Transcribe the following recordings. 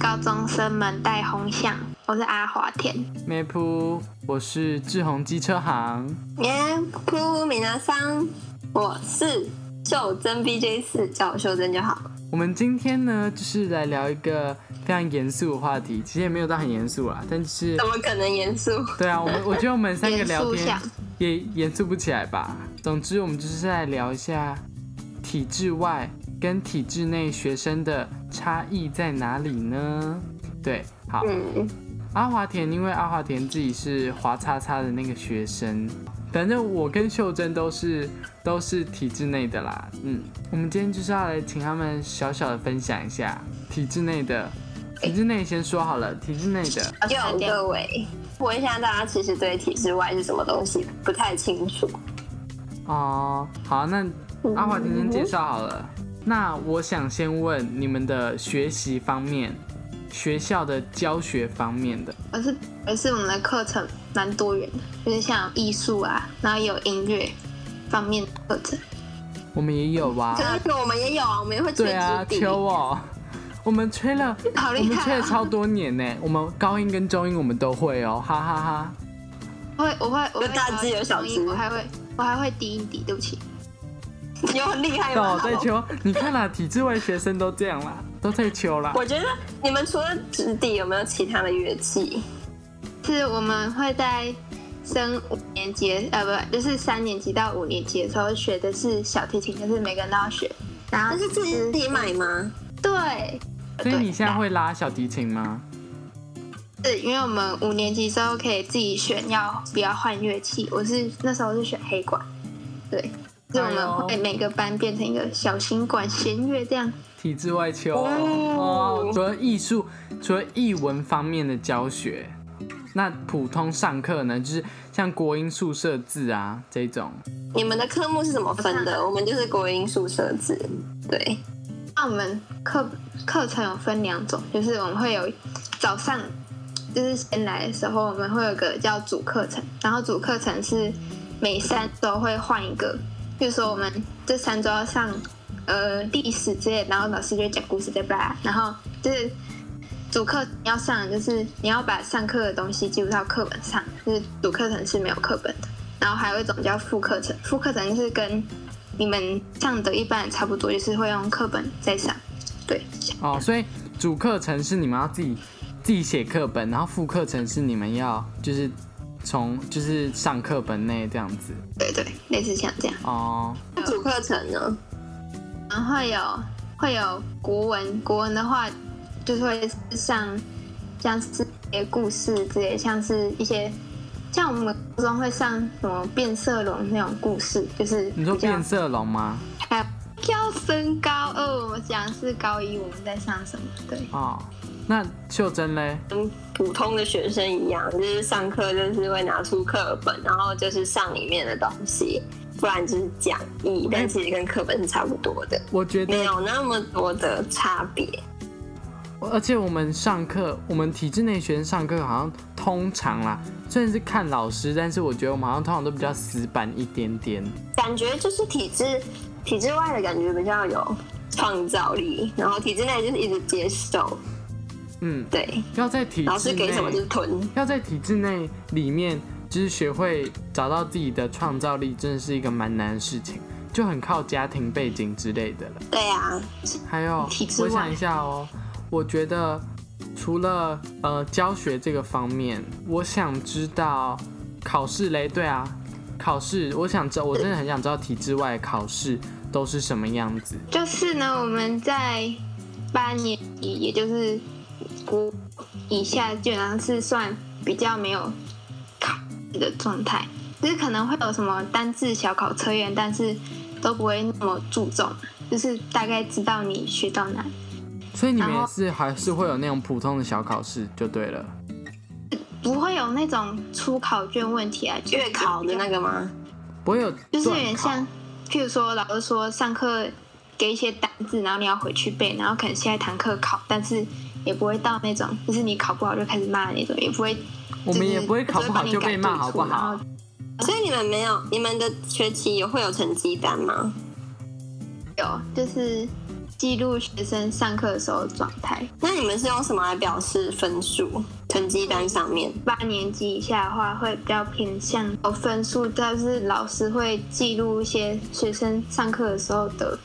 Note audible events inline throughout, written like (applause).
高中生们带风向，我是阿华田。咩噗，我是志宏机车行。耶噗米娜桑，我是秀珍 BJ 四，叫我秀珍就好。我们今天呢，就是来聊一个非常严肃的话题，其实也没有到很严肃啦，但是怎么可能严肃？对啊，我们我觉得我们三个严肃聊一天下也严肃不起来吧。总之，我们就是在聊一下体制外跟体制内学生的差异在哪里呢？对，好，嗯，阿华田，因为阿华田自己是华叉叉的那个学生，反正我跟秀珍都是都是体制内的啦。嗯，我们今天就是要来请他们小小的分享一下体制内的，体制内先说好了，体制内的又各位，我一下大家其实对体制外是什么东西不太清楚。哦。好，那嗯阿华田先介绍好了。那我想先问你们的学习方面，学校的教学方面的，而是而是我们的课程蛮多元的，就是像艺术啊，然后也有音乐方面的课程。我们也有啊。嗯这个我们也有啊，我们也会吹对啊，纸笛。秋哦，我们吹了，好我厉们害吹啊了超多年呢。我们高音跟中音我们都会哦，哈哈哈。我会我啊会我会有大只有小只中音我还会我还会低音低，对不起。有很厉哎害到吗？在秋，你看啦，体制外学生都这样啦，都在秋啦。我觉得你们除了纸笛，有没有其他的乐器？是我们会在升五年级，呃，不，就是三年级到五年级的时候学的是小提琴，就是每个人都要学。然后那是自己自己买吗？对，所以你现在会拉小提琴吗？是因为我们五年级之后可以自己选要不要换乐器，我是那时候是选黑管，对，所以我哎呦们会每个班变成一个小型管弦乐这样。体制外秋哦哦，除了艺术，除了艺文方面的教学，那普通上课呢，就是像国音、数、设字啊这种。你们的科目是怎么分的？我们就是国音数设置，对，那我们课课程有分两种，就是我们会有早上，就是先来的时候，我们会有个叫主课程，然后主课程是每三周会换一个，比如说我们这三周要上呃历史之类，然后老师就会讲故事对吧？然后就是主课要上，就是你要把上课的东西记录到课本上，就是主课程是没有课本的。然后还有一种叫副课程，副课程就是跟你们上的一般也差不多，就是会用课本在上。对，哦，所以主课程是你们要自己自己写课本，然后副课程是你们要就是从就是上课本内这样子对对，类似像这样，哦。那主课程呢？然后会有会有国文，国文的话就是会上像是一些故事之类，像是一些像我们高中会上什么变色龙那种故事，就是你说比较变色龙吗？还有要升高二，我们讲是高一我们在上什么？对，哦，那秀珍嘞？跟普通的学生一样，就是上课就是会拿出课本，然后就是上里面的东西，不然就是讲义，嗯但其实跟课本是差不多的，我觉得没有那么多的差别。而且我们上课，我们体制内学生上课好像通常啦，虽然是看老师，但是我觉得我们好像通常都比较死板一点点。感觉就是体制体制外的感觉比较有创造力，然后体制内就是一直接受，嗯，对，要在体制内老师给什么就是吞。要在体制内里面，就是学会找到自己的创造力，真的是一个蛮难的事情，就很靠家庭背景之类的了。对啊，还有体，制我外想一下哦，我觉得除了呃教学这个方面，我想知道考试嘞，对啊，考试，我想知道，我真的很想知道体制外的考试都是什么样子。就是呢，我们在八年级，也就是国以下，基本上是算比较没有考试的状态，就是可能会有什么单字小考测验，但是都不会那么注重，就是大概知道你学到哪里。所以你们然也后是还是会有那种普通的小考试就对了。不会有那种出考卷问题啊，月考的那个吗？不会有就是有段点考像，譬如说老师说上课给一些单字，然后你要回去背，然后可能下一堂课考，但是也不会到那种就是你考不好就开始骂那种，也不会。我们也不会考不好就被骂就是好不好只会帮你改对错然后所以你们没有，你们的学期有会有成绩单吗？有，就是记录学生上课的时候的状态。那你们是用什么来表示分数？成绩单上面八年级以下的话，会比较偏向有分数，但是老师会记录一些学生上课的时候的，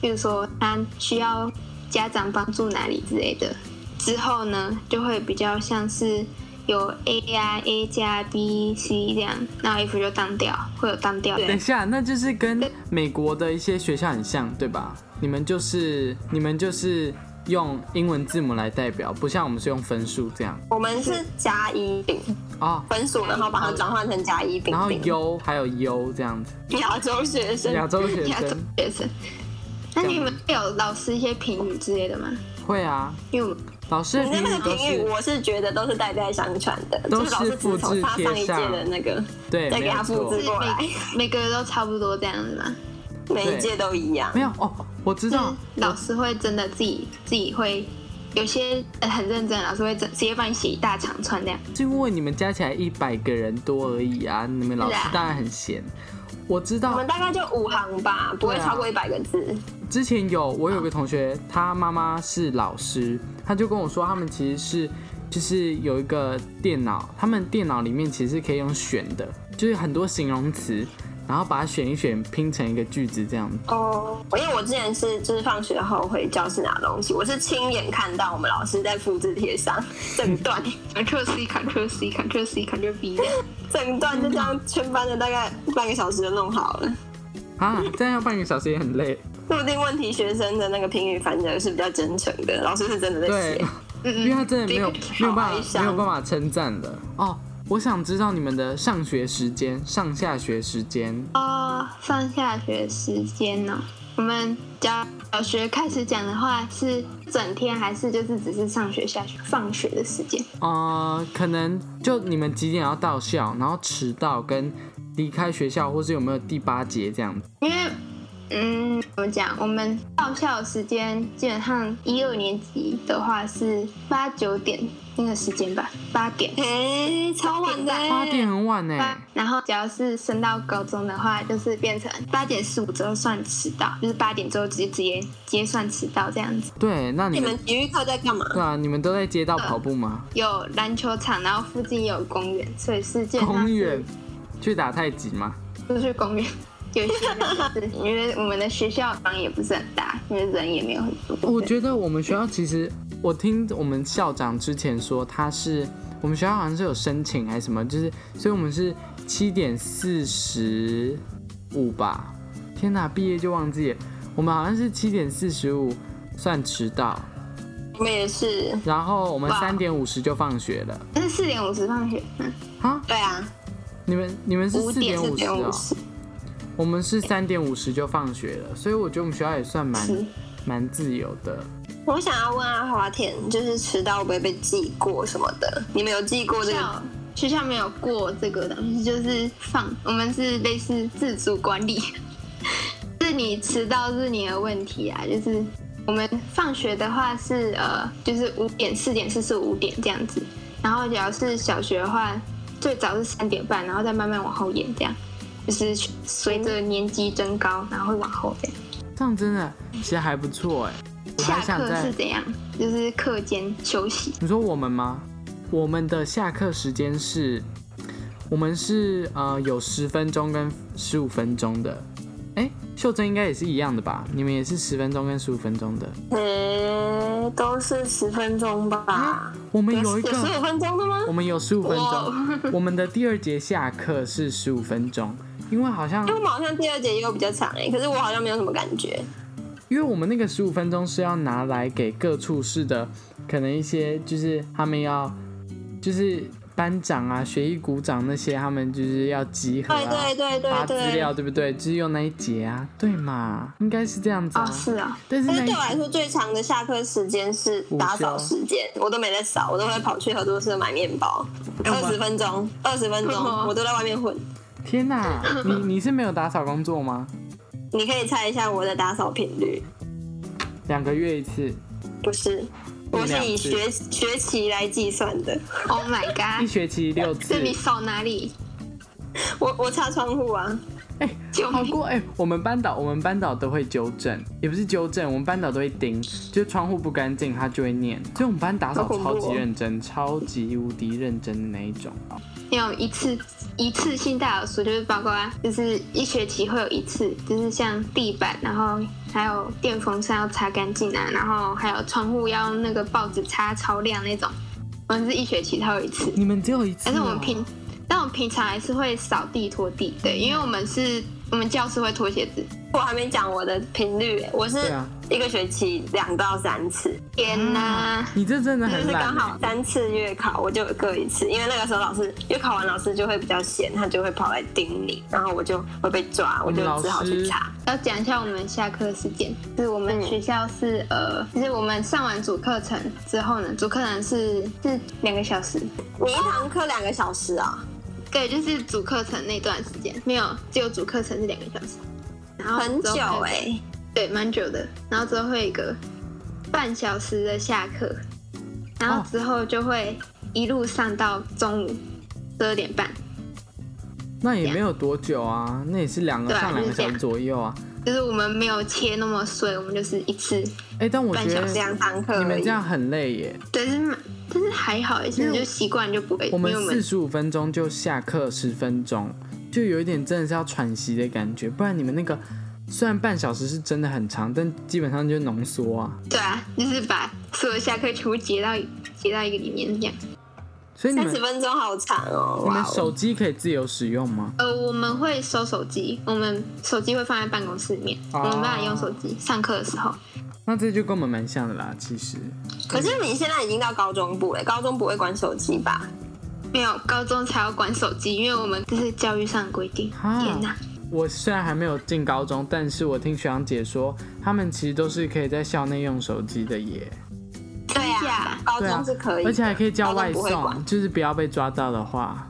比如说他需要家长帮助哪里之类的。之后呢，就会比较像是有 A 呀、A 加 B、C 这样，然后 F 就当掉，会有当掉。等一对，下，那就是跟美国的一些学校很像，对吧？你们就是你们就是用英文字母来代表，不像我们是用分数这样我们是加一饼啊、分数，然后把它转换成加一饼然后饼。 U 还有 U 这样子，亚洲学生亚洲学要做生学生。那你们会有老师一些评语之类的吗？会啊。因为我们老师的你那评个语都评语，是我是觉得都是代代相传的，都就是老是师复只制从他贴上一届上的那个对，再给没有他复错制。是过来每每个都差不多这样子嘛。每对一届都一样没。有哦，我知嗯道，是老师会真的自己自己会，有些呃很认真，老师会直直接帮你写一大长串这样。是因为你们加起来一百个人多而已啊，你们老师是啊当然很闲。我知我道们大概就五行吧，不会对啊超过一百个字。之前有我有个同学，他妈妈是老师，他就跟我说，他们其实是就是有一个电脑，他们电脑里面其实是可以用选的，就是很多形容词，然后把它选一选，拼成一个句子这 (laughs) 样子。哦，因为我之前是就是放学后回教室拿东西，我是亲眼看到我们老师在复制贴上整段 Ctrl C Ctrl C Ctrl C Ctrl V，整段就这样，全班的大概半个小时就弄好了。啊，这样要半个小时也很累。说不定问题学生的那个评语反正是比较真诚的，老师是真的在对 (laughs) 写。，嗯因为他真的没有这个没有好办哀法伤没有办法称赞的哦。我想知道你们的上学时间、上下学时间。哦，上下学时间呢、我们家小学开始讲的话是整天还是就是只是上学下学放学的时间？呃，可能就你们几点要到校，然后迟到跟离开学校，或是有没有第八节这样子？因为嗯，怎么讲？我们到校的时间基本上一二年级的话是八九点那个时间吧，八点。哎，超晚的欸，八点很晚呢、八，然后只要是升到高中的话，就是变成八点十五之后算迟到，就是八点之后直接直接直接算迟到这样子。对，那你你们们体育课在干嘛？对啊，你们都在街道跑步吗？有篮球场，然后附近也有公园，所以是基本上公是园去打太极吗？都是公园。 (laughs) 有些人就是因为我们的学校房也不是很大，因为人也没有很多。我觉得我们学校其实，我听我们校长之前说，他是我们学校好像是有申请还是什么，就是，所以我们是七点四十五吧。天哪，毕业就忘记了，我们好像是七点四十五算迟到，我们也是，然后我们哇三点五十就放学了。但是四点五十放学，嗯，啊，对啊，你们你们是五四点五四十点哦五，十，我们是三点五十就放学了，所以我觉得我们学校也算蛮是蛮自由的。我想要问阿华田，就是迟到会不会被记过什么的？你们有记过这学个？校学校没有过这个东西，就是放我们是类似自主管理， (laughs) 是你迟到是你的问题啊，就是我们放学的话是呃就是五点四点四十五点这样子，然后只要是小学的话，最早是三点半，然后再慢慢往后延这样。就是随着年级增高，然后会往后这样。这样真的其实还不错哎，我还下想课再是怎样？就是课间休息。你说我们吗？我们的下课时间是，我们是呃有十分钟跟十五分钟的。哎，秀珍应该也是一样的吧？你们也是十分钟跟十五分钟的。嗯，都是十分钟吧。我们啊有有一有十个，五分钟的吗？ (laughs) 我们有十五分哦 (laughs) 哇钟。我们的第二节下课是十五分钟，因为好像因为我们好像第二节也有比较长哎、可是我好像没有什么感觉。因为我们那个十五分钟是要拿来给各处室的，可能一些就是他们要，就是班长啊、学艺股长那些，他们就是要集合、啊，对对对发对资对。料，对不对？就是用那一节啊，对嘛？应该是这样子啊。哦，是啊、但是但是哎那一对我来节说，最长的下课时间是午休哎打扫时间，我都没在扫，我都会跑去合作社买面包，干嘛二十分钟，二十分钟，嗯我都在外面混。天哪，你你是没有打扫工作吗？你可以猜一下我的打扫频率？两个月一次，不是，有我是两以次学学期来计算的。 o h Oh my (laughs) 一 god！学期六次是，你手哪里？我我擦窗户啊，哎、救好命！过哎、我们班导我们班导都会纠正，也不是纠正，我们班导都会盯，就是窗户不干净他就会念，所以我们班打扫好恐怖超哦级认真，超级无敌认真的那一种。因为我们一次一次性大扫除，就是包括就是一学期会有一次，就是像地板，然后还有电风扇要擦干净啊，然后还有窗户要用那个报纸擦超亮那种。我们是一学期才有一次，你们只有一次、啊但是哎我们平，但我们平常还是会扫地拖地，对，因为我们是我们教室会拖鞋子。我还没讲我的频率，我是对啊一个学期两到三次，天哪、你这真的就很是刚懒欸、好三次月考，我就各一次，因为那个时候老师月考完，老师就会比较闲，他就会跑来盯你，然后我就会被抓，嗯我就只好去查。要讲一下我们下课时间，就是我们嗯学校是、呃，就是我们上完主课程之后呢，主课程是是两个小时，你一堂课两个小时啊，对，就是主课程那段时间没有，只有主课程是两个小时，然后很之久后会哎、欸对，蛮哦久的。然后之后会有一个半小时的下课，然后哦之后就会一路上到中午十二点半，那也没有多久啊，那也是两个对啊上两个就是这小样时左右啊。就是我们没有切那么碎，我们就是一次，哎、但我半觉小得时两堂课而已你们这样很累耶。对，是蛮，但是还好，其因为实我就习惯就不会，我因为们我们四十五分钟就下课十分钟，就有一点真的是要喘息的感觉，不然你们那个虽然半小时是真的很长，但基本上就浓缩啊。对啊，就是把所有下课全部截到截到一个里面这样。所以你三们十分钟好长哦，你哇们哦！手机可以自由使用吗？呃，我们会收手机，我们手机会放在办公室里面，哦我们没办法用手机上课的时候。那这就跟我们蛮像的啦，其实。可是你现在已经到高中部了，高中不会管手机吧？没有，高中才要管手机，因为我们这是教育上的规定。啊天哪！我虽然还没有进高中，但是我听学长姐说，他们其实都是可以在校内用手机的耶，对真假啊，高对啊中是可以的，而且还可以叫高中外不会管送，就是不要被抓到的话。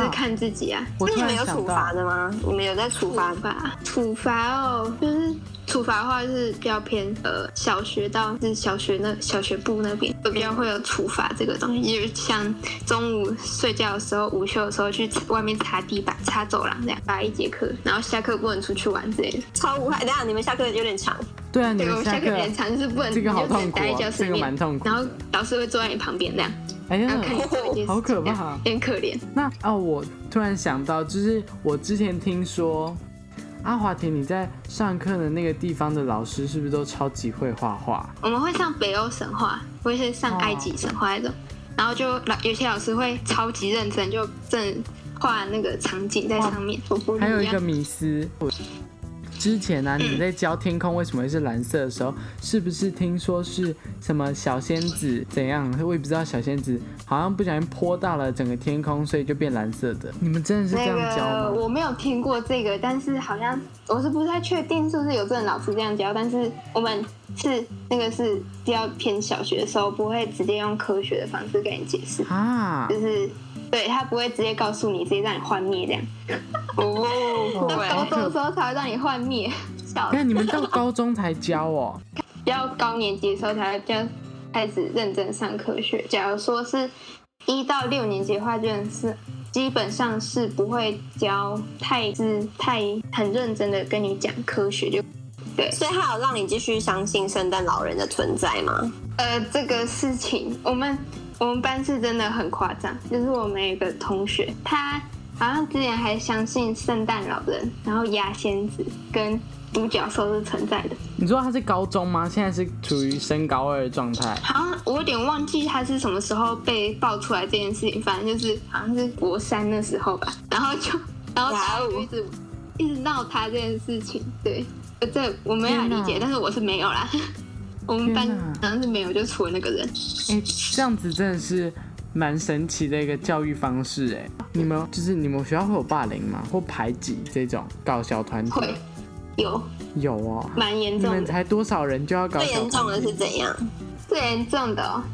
是看自己啊，我那突你们然有想处到罚，的吗？你们有在处处罚罚处罚哦，就是处罚的话就是比较偏呃小学到是小学那小学部那边比较会有处罚这个东西，就是像中午睡觉的时候、午休的时候去外面擦地板、擦走廊这样罚一节课，然后下课不能出去玩之类的。超无害。等一下你们下课有点长，对啊，你对，们我下下课课，连长就是不能，这个好你就只痛能苦、待在哦教，室这里个面蛮，痛苦的。然后老师会坐在你旁边那样，哎然后看你呀，做一件事，好可怕啊有点可怜。那哦，我突然想到，就是我之前听说，阿华田你在上课的那个地方的老师是不是都超级会画画？我们会上北欧神话，或是上埃及神话那种，然后就老有些老师会超级认真，就正画那个场景在上面。我不哦还有一样个迷思，我之前呢、啊，你们在教天空为什么会是蓝色的时候，是不是听说是什么小仙子怎样？我也不知道小仙子好像不小心泼到了整个天空，所以就变蓝色的。你们真的是这那样教吗？个我没有听过这个，但是好像我是不太确定是不是有这种老师这样教，但是我们是那个是比较偏小学的时候，不会直接用科学的方式跟你解释，啊，就是嗯对他不会直接告诉你，直接让你幻灭这样。哦，到高对，中的时候才会让你幻灭，笑死那你们到高中才教哦？比较高年级的时候才会比较开始认真上科学。假如说是一到六年级的话，就是基本上是不会教太是太很认真的跟你讲科学，就对。所以还有让你继续相信圣诞老人的存在吗？呃，这个事情我们我们班是真的很夸张，就是我们有一个同学，他好像之前还相信圣诞老人，然后牙仙子跟独角兽是存在的。你说他是高中吗？现在是处于升高二的状态。好像我有点忘记他是什么时候被爆出来这件事情，反正就是好像是国三的时候吧， (laughs) 然后就然后哇大家哦就一直一直闹他这件事情，对，呃这我没法理解天哪，但是我是没有啦， (laughs) 我们班天哪好像是没有，就除了那个人，哎、这样子真的是蛮神奇的一个教育方式哎。你们就是你们学校会有霸凌吗？或排挤这种搞小团体？会有有哦。蛮严你们重的，才多少人就要搞最小严重的团是体怎样？最严重的哦，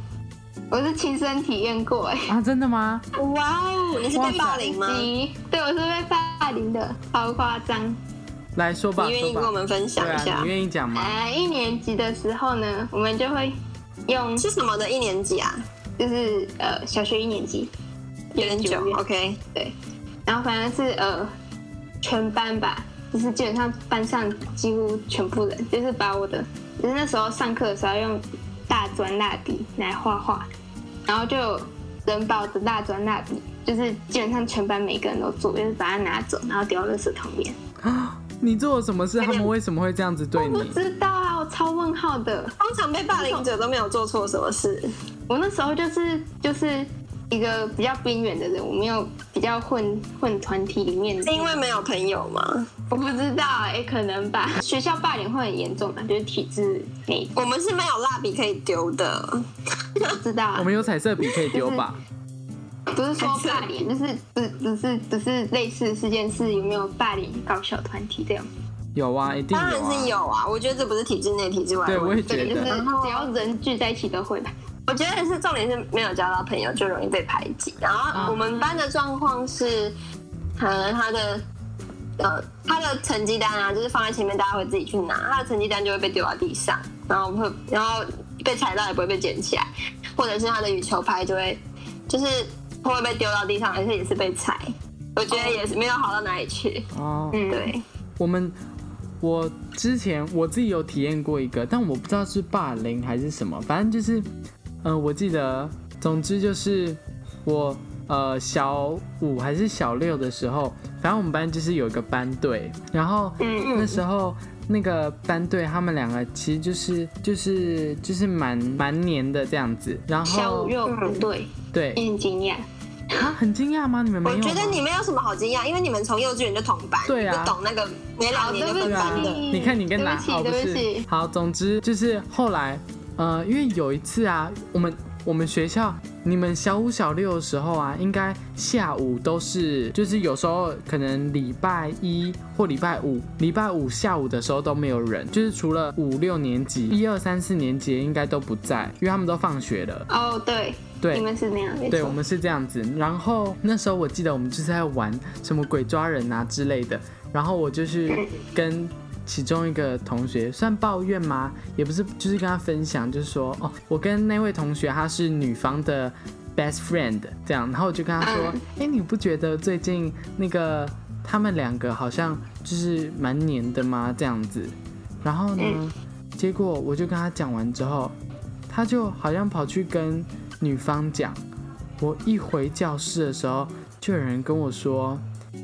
我是亲身体验过哎、啊？真的吗？哇哦，啊你是被霸凌吗？你咦对，我是被霸凌的，超夸张。来说吧，愿说意跟我吧。们分享对一啊，下你？愿意讲吗？ (gasps) 呃，一年级的时候呢，我们就会用是什么的一年级啊？就是呃小学一年级，有点久九月，OK。对，然后反正是呃全班吧，就是基本上班上几乎全部人，就是把我的，就是那时候上课的时候要用大砖蜡笔来画画，然后就有人抱着大砖蜡笔，就是基本上全班每个人都做，就是把它拿走，然后丢到垃圾桶里面。你做了什么事？他们为什么会这样子对我不你？知道啊，我超问号的。通常被霸凌者都没有做错什么事，我那时候就是就是一个比较边缘的人，我没有比较混混团体里面的是，因为没有朋友吗？我不知道哎、可能吧。学校霸凌会很严重嘛，就是体制内，我们是没有蜡笔可以丢的，不知道、啊哦我。们有彩色笔可以丢吧？不是说霸凌，就是只只是只是类似的事件是有没有霸凌搞小团体这样，有啊，一定当然是有啊。有啊啊。我觉得这不是体制内、体制外的对，问我题也觉对，就是得。只要人聚在一起都会吧。我觉得是重点是没有交到朋友就容易被排挤。然后我们班的状况是，可能他的呃他的成绩单啊，就是放在前面，大家会自己去拿，他的成绩单就会被丢到地上，然后会然后被踩到也不会被捡起来，或者是他的羽球拍就会就是会被丢到地上，而且也是被踩。我觉得也是没有好到哪里去，哦，嗯，对，我们我之前我自己有体验过一个，但我不知道是霸凌还是什么，反正就是，呃，我记得，总之就是我呃小五还是小六的时候，反正我们班就是有一个班队，然后嗯那时候那个班队他们两个其实就是就是就是蛮蛮黏的这样子，然小后五六不对，对你很惊讶，啊，很惊讶吗？你们没我有吗？啊觉得你没有什么好惊讶，因为你们从幼稚园就同班，对啊你不懂那个没两年就分班对的不，起你看你跟哪？对不起哦，不对不是起。好，总之就是后来，呃，因为有一次啊，我们我们学校，你们小五小六的时候啊，应该下午都是，就是有时候可能礼拜一或礼拜五，礼拜五下午的时候都没有人，就是除了五六年级，一二三四年级应该都不在，因为他们都放学了。哦，对，对，你们是那样，没对，错我们是这样子。然后那时候我记得我们就是在玩什么鬼抓人啊之类的。然后我就是跟其中一个同学算抱怨吗？也不是，就是跟他分享，就是说哦，我跟那位同学他是女方的 best friend 这样。然后我就跟他说，哎、你不觉得最近那个他们两个好像就是蛮黏的吗？这样子。然后呢，嗯结果我就跟他讲完之后，他就好像跑去跟女方讲。我一回教室的时候，就有人跟我说：“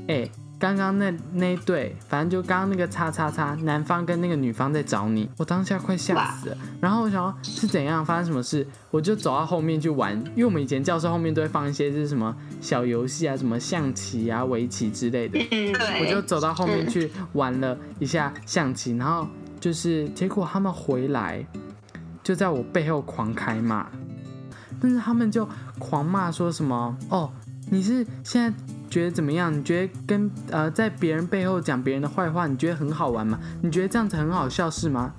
哎、刚刚那那一对，反正就刚刚那个叉叉叉，男方跟那个女方在找你。”我当下快吓死了。然后我想说是怎样发生什么事，我就走到后面去玩，因为我们以前教室后面都会放一些就是什么小游戏啊，什么象棋啊、围棋之类的。嗯，对，啊我就走到后面去玩了一下象棋，然后就是结果他们回来就在我背后狂开骂，但是他们就狂骂说什么哦，你是现在。觉得怎么样？你觉得跟呃在别人背后讲别人的坏话，你觉得很好玩吗？你觉得这样子很好笑是吗？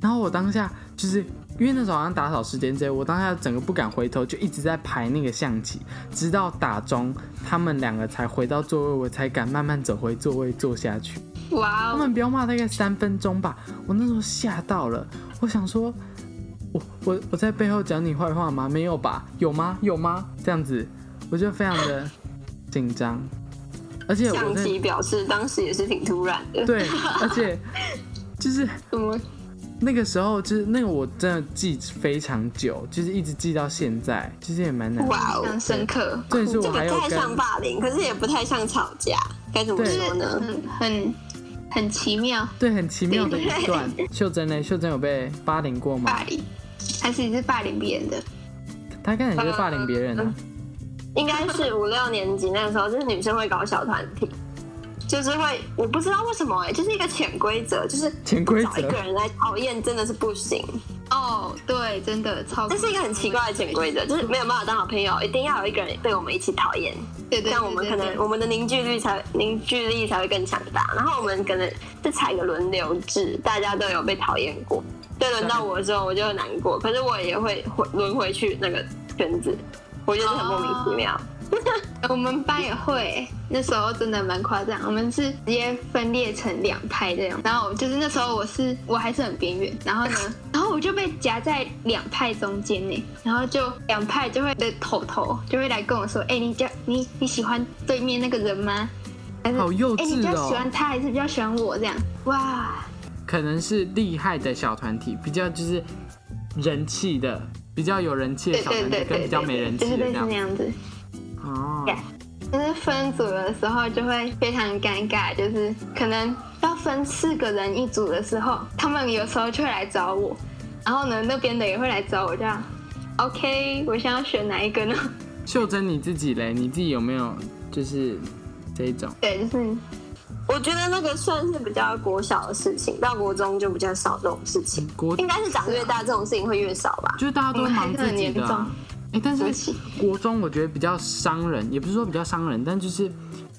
然后我当下就是因为那时候好像打扫时间之类，我当下整个不敢回头，就一直在排那个象棋，直到打钟，他们两个才回到座位，我才敢慢慢走回座位坐下去。哇他哦，们不要骂大概三分钟吧，我那时候吓到了，我想说，我我我在背后讲你坏话吗？没有吧？有吗？有吗？这样子，我就非常的紧张，而且我象在棋表示当时也是挺突然的。对，而且就是怎么那个时候，就是那个我真的记非常久，就是一直记到现在，其实也蛮难。哇印哦，象深刻？这也是这我不还有太跟像霸凌，可是也不太像吵架，该怎么对说呢？很很很奇妙，对很奇妙的一对对段。秀珍呢？秀珍有被霸凌过吗霸？凌，还是你是霸凌别人的？她看起来就是霸凌别人啊。应该是五六年级那时候，就是女生会搞小团体，就是会我不知道为什么哎、就是一个潜规则，就是潜规则找一个人来讨厌真的是不行，哦，对，真的超，这是一个很奇怪的潜规则，就是没有办法当好朋友，一定要有一个人被我们一起讨厌，对，对这对样我们可能我们的凝聚力才凝聚力才会更强大。然后我们可能是采个轮流制，大家都有被讨厌过，对，轮到我的时候我就很难过，可是我也会回轮回去那个圈子，我就是很莫名其妙。哦我们班也会，那时候真的蛮夸张。我们是直接分裂成两派这样，然后就是那时候我是我还是很边缘，然 (laughs) 后呢，然后我就被夹在两派中间呢，然后就两派就会的头头就会来跟我说，哎、你叫你你喜欢对面那个人吗？还是好幼哎、你比稚较喜欢哦。他还是比较喜欢我这样？哇，可能是厉害的小团体，比较就是人气的，比较有人气的对小对团体，对跟对比较没对，人就气是的类这似样那。样子。哦，就是分组的时候就会非常尴尬，就是可能要分四个人一组的时候，他们有时候就会来找我，然后呢那边的也会来找我，这样。OK，我想要选哪一个呢？ (laughs) 秀珍你自己嘞，你自己有没有就是这一种？对，就是我觉得那个算是比较国小的事情，到国中就比较少这种事情，嗯国应该是长越大这种事情会越少吧。就是大家都忙自己的、啊。哎、但对是不起国中我觉得比较伤人，也不是说比较伤人，但就是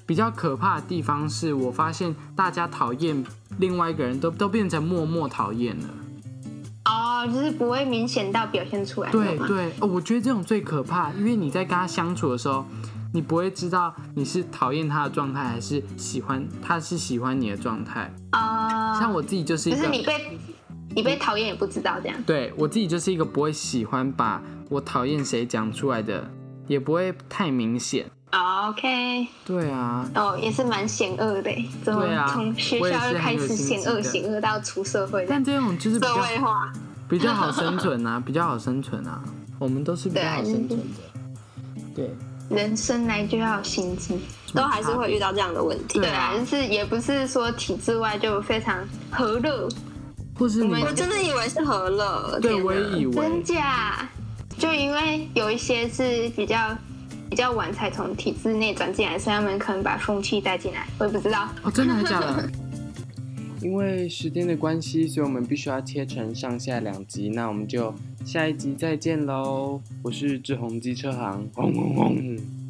比较可怕的地方是我发现大家讨厌另外一个人都都变成默默讨厌了。哦，就是不会明显到表现出来，对懂吗对、哦，我觉得这种最可怕，因为你在跟他相处的时候，你不会知道你是讨厌他的状态，还是喜欢他是喜欢你的状态。哦，像我自己就是一就个，是你被你被讨厌也不知道这样，对我自己就是一个不会喜欢把我讨厌谁讲出来的，也不会太明显。哦 OK，对啊，哦，也是蛮险恶的耶，怎么对啊从学我也校是就很开有始心机险恶的险恶到出社会的？但这种就是比社较会化，比较好生 (laughs) 存啊，比较好生存啊，我们都是比较好生存的。对，人生来就要有心机，都还是会遇到。到这样的问题。对对啊啊，就是也不是说体制外就非常和乐，或是你我，我真的以为是和乐，对天我哪也以为真，假？就因为有一些是比较比较晚才从体制内转进来，所以他们可能把风气带进来，我也不知道。哦，真的还假的？ (laughs) 因为时间的关系，所以我们必须要切成上下两集，那 (laughs) 我们就下一集再见喽！我是志宏机车行，轰轰轰。